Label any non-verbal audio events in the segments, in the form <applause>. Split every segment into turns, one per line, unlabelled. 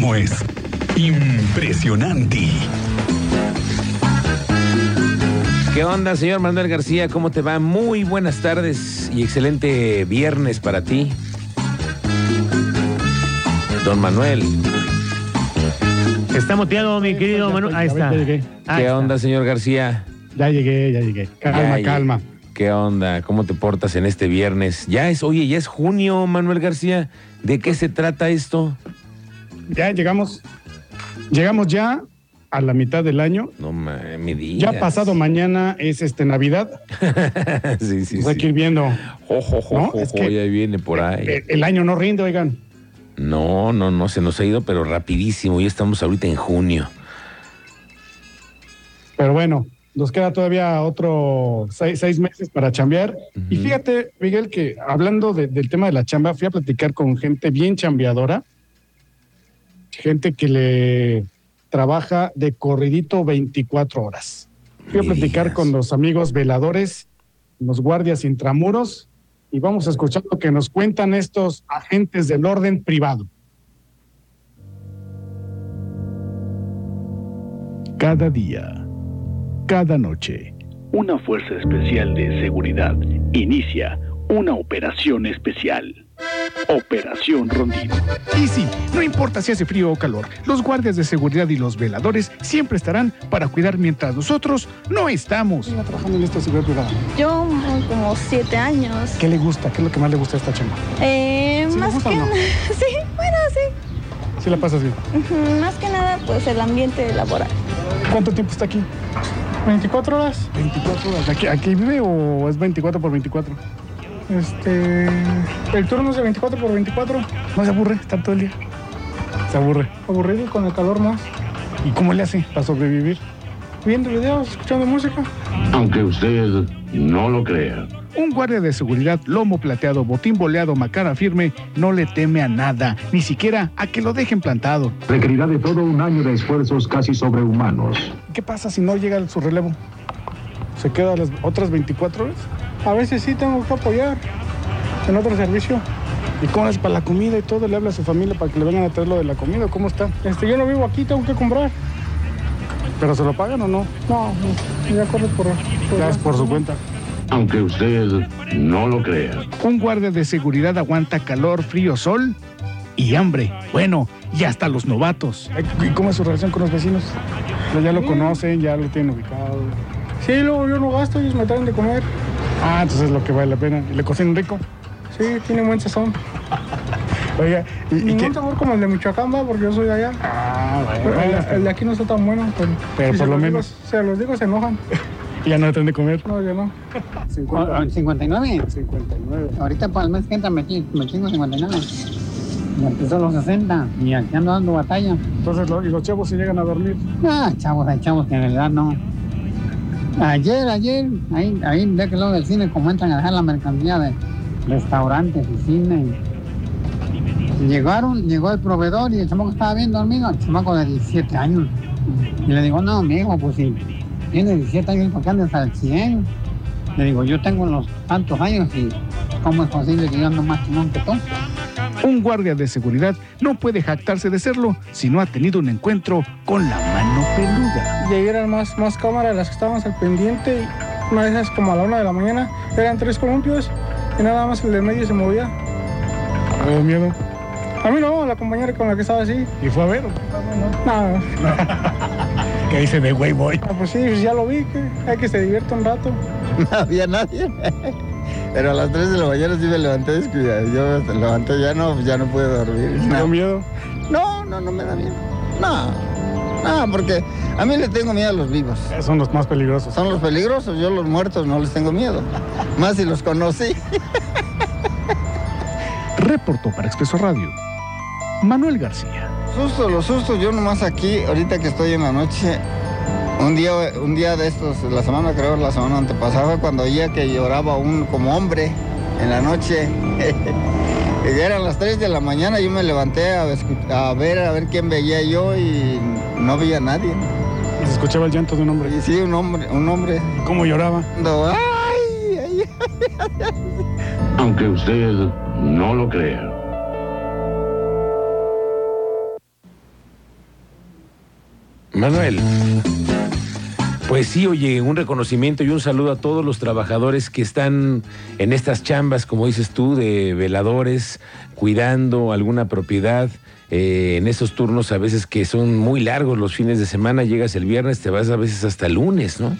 como es impresionante.
¿Qué onda, señor Manuel García? ¿Cómo te va? Muy buenas tardes y excelente viernes para ti. Don Manuel.
Está muteado, mi querido Manuel. Ahí está.
Ya llegué,
Ahí
¿Qué
está.
onda, señor García?
ya llegué, ya llegué. Calma,
Ya,
calma.
¿Qué onda? ¿Cómo te portas en este viernes? Ya es, oye, ya es junio, Manuel García. ¿De qué se trata esto?
Ya llegamos. Llegamos ya a la mitad del año.
No ma- me digas. <laughs>
Ya pasado mañana es este Navidad.
sí, sí,
Pues hay que
sí.
ir viendo.
Ojo,
No,
ojo,
es que-
ya viene por ahí.
Eh, El año no rinde, oigan.
No, no, no, se nos ha ido, pero rapidísimo. Ya estamos ahorita en junio.
Pero bueno, nos queda todavía otro seis, seis meses para chambear. Y
Ujú.
fíjate, Miguel, que hablando de- del tema de la chamba, fui a platicar con gente bien chambeadora, gente que le trabaja de corridito 24 horas. Fui a
Me
platicar
digas.
con los amigos veladores, los guardias intramuros, y vamos a escuchar lo que nos cuentan estos agentes del orden privado.
Cada día, cada noche, una fuerza especial de seguridad inicia una operación especial. Operación Rondino.
Y sí, no importa si hace frío o calor, los guardias de seguridad y los veladores siempre estarán para cuidar mientras nosotros no estamos.
Sigue trabajando en esta seguridad privada.
Yo mm, como siete años.
¿Qué le gusta? ¿Qué es lo que más le gusta a esta chamba?
Eh,
¿Sí le
más
gusta
que
o no?
na- <laughs> sí, bueno, sí.
Si la pasas bien.
Ujú, Más que nada, pues el ambiente laboral.
¿Cuánto tiempo está aquí? 24 horas. 24 horas. ¿Aquí, aquí vive o es 24 por 24? Este. El turno es de 24 por 24. No se aburre, está todo el día. Se aburre. Aburrido con el calor más. ¿Y cómo le hace para sobrevivir? Viendo videos, escuchando música.
Aunque usted no lo crea.
Un guardia de seguridad, lomo plateado, botín boleado, macara firme, no le teme a nada, ni siquiera a que lo dejen plantado.
Requerirá de todo un año de esfuerzos casi sobrehumanos.
¿Qué pasa si no llega su relevo? ¿Se queda las otras 24 horas? A veces sí tengo que apoyar en otro servicio. ¿Y cómo es para la comida y todo? ¿Le habla a su familia para que le vengan a traer lo de la comida? ¿Cómo está? Este, yo no vivo aquí, tengo que comprar. ¿Pero se lo pagan o no? No, ya corre por... ya es por su cuenta.
Aunque usted no lo crea.
Un guardia de seguridad aguanta calor, frío, sol y hambre. Bueno, y hasta los novatos.
¿Y cómo es su relación con los vecinos? Ya-
Mm.
Ya lo conocen, ya lo tienen ubicado. Sí, luego yo no gasto, ellos me traen de comer. Ah, entonces es lo que vale la pena. ¿Y le cocinan rico? Sí, tiene buen sazón. Oiga, ¿y, y qué?
sabor como el de Michoacán, va, porque yo soy de allá.
Ah,
Pero
bueno.
el, el de aquí no está tan bueno, pero,
Pero
si
por
se
lo
los
menos.
digo- se los digo, se
<laughs>
enojan.
Ya no traen de comer. Ah,
No, yo no.
Ah, 59.
59.
Ahorita para el mes que entra me, chi- me chingo 59. Me empezó los 60 y aquí ando dando batalla.
Entonces, lo- ¿y los chavos se llegan a dormir?
Ah, chavos, hay chavos que en realidad no. Ayer, ayer, ahí, ahí de aquel lado del cine, como entran a dejar la mercancía de restaurantes y cine. Llegaron, llegó el proveedor y el chamaco estaba bien dormido, el chamaco de 17 años. Y le digo, no, mijo, pues si tiene 17 años, ¿por qué andas al 100? Le digo, yo tengo los tantos años y ¿cómo es posible que yo ando más chingón que tú?
Un guardia de seguridad no puede jactarse de serlo si no ha tenido un encuentro con la mano peluda.
Y ahí eran más, más cámaras las que estábamos al pendiente. Y una de esas, como a la una de la mañana, eran tres columpios y nada más el de medio se movía.
Me da miedo.
A mí no, la compañera con la que estaba así.
¿Y fue a ver?
Nada.
<laughs> ¿Qué dice de güey boy?
Ah, Pues sí, pues ya lo vi, que hay que se divierta un rato.
<laughs> no había nadie. Pero a las 3 de la mañana sí me levanté descuidado. Yo me levanté, ya no, ya no pude dormir.
Me da
<laughs>
miedo.
No, no, no me da miedo. No, no, porque a mí le tengo miedo a los vivos.
Son los más peligrosos.
Son los peligrosos, yo los muertos no les tengo miedo. Más si los conocí.
Reportó para Expreso Radio. Manuel García.
Susto, los sustos, yo nomás aquí, ahorita que estoy en la noche, un día, un día de estos, la semana creo, la semana antepasada, fue cuando oía que lloraba un como hombre en la noche. <laughs> Y ya eran las 3 de la mañana, yo me levanté a, escu- a ver a ver quién veía yo y no veía a nadie.
Y se escuchaba el llanto de un hombre.
Y sí, un hombre, un hombre.
¿Cómo lloraba?
Ando, ¡ay! ay, ay".
Aunque usted no lo crea.
Manuel. Pues sí, oye, un reconocimiento y un saludo a todos los trabajadores que están en estas chambas, como dices tú, de veladores, cuidando alguna propiedad. eh, en esos turnos a veces que son muy largos los fines de semana, llegas el viernes, te vas a veces hasta el lunes, ¿no?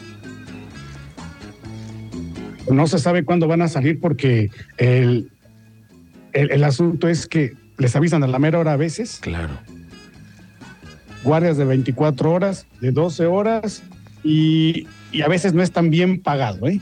No se sabe cuándo van a salir porque el, el, el asunto es que les avisan a la mera hora a veces,
Claro.
guardias de 24 horas, de 12 horas, y, y a veces no es tan bien pagado, ¿eh?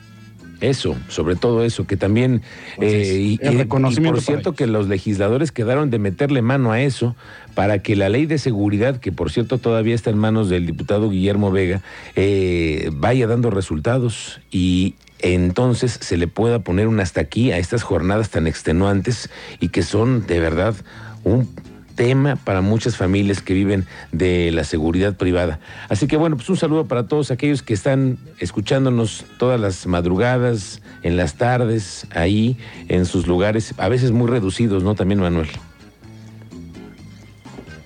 Eso, sobre todo eso, que también...
Entonces,
eh, y,
Pues el
y- y
reconocimiento
por
para
cierto que los legisladores quedaron de meterle mano a eso para que la ley de seguridad, que por cierto todavía está en manos del diputado Guillermo Vega, eh, vaya dando resultados y entonces se le pueda poner un hasta aquí a estas jornadas tan extenuantes y que son de verdad un tema para muchas familias que viven de la seguridad privada. Así que bueno, pues un saludo para todos aquellos que están escuchándonos todas las madrugadas, en las tardes, ahí, en sus lugares, a veces muy reducidos, ¿no? También Manuel.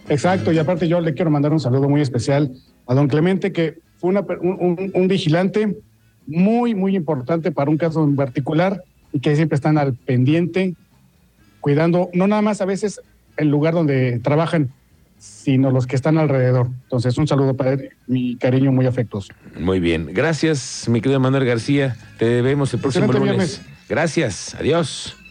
Exacto, y aparte yo le quiero mandar un saludo muy especial a don Clemente, que fue una per- un, un- un vigilante muy, muy importante para un caso en particular y que siempre están al pendiente, cuidando, no nada más a veces el lugar donde trabajan, sino los que están alrededor. Entonces, un saludo para él, mi cariño muy afectuoso.
Muy bien. Gracias, mi querido Manuel García. Te vemos el próximo
Excelente
lunes. Gracias. Adiós.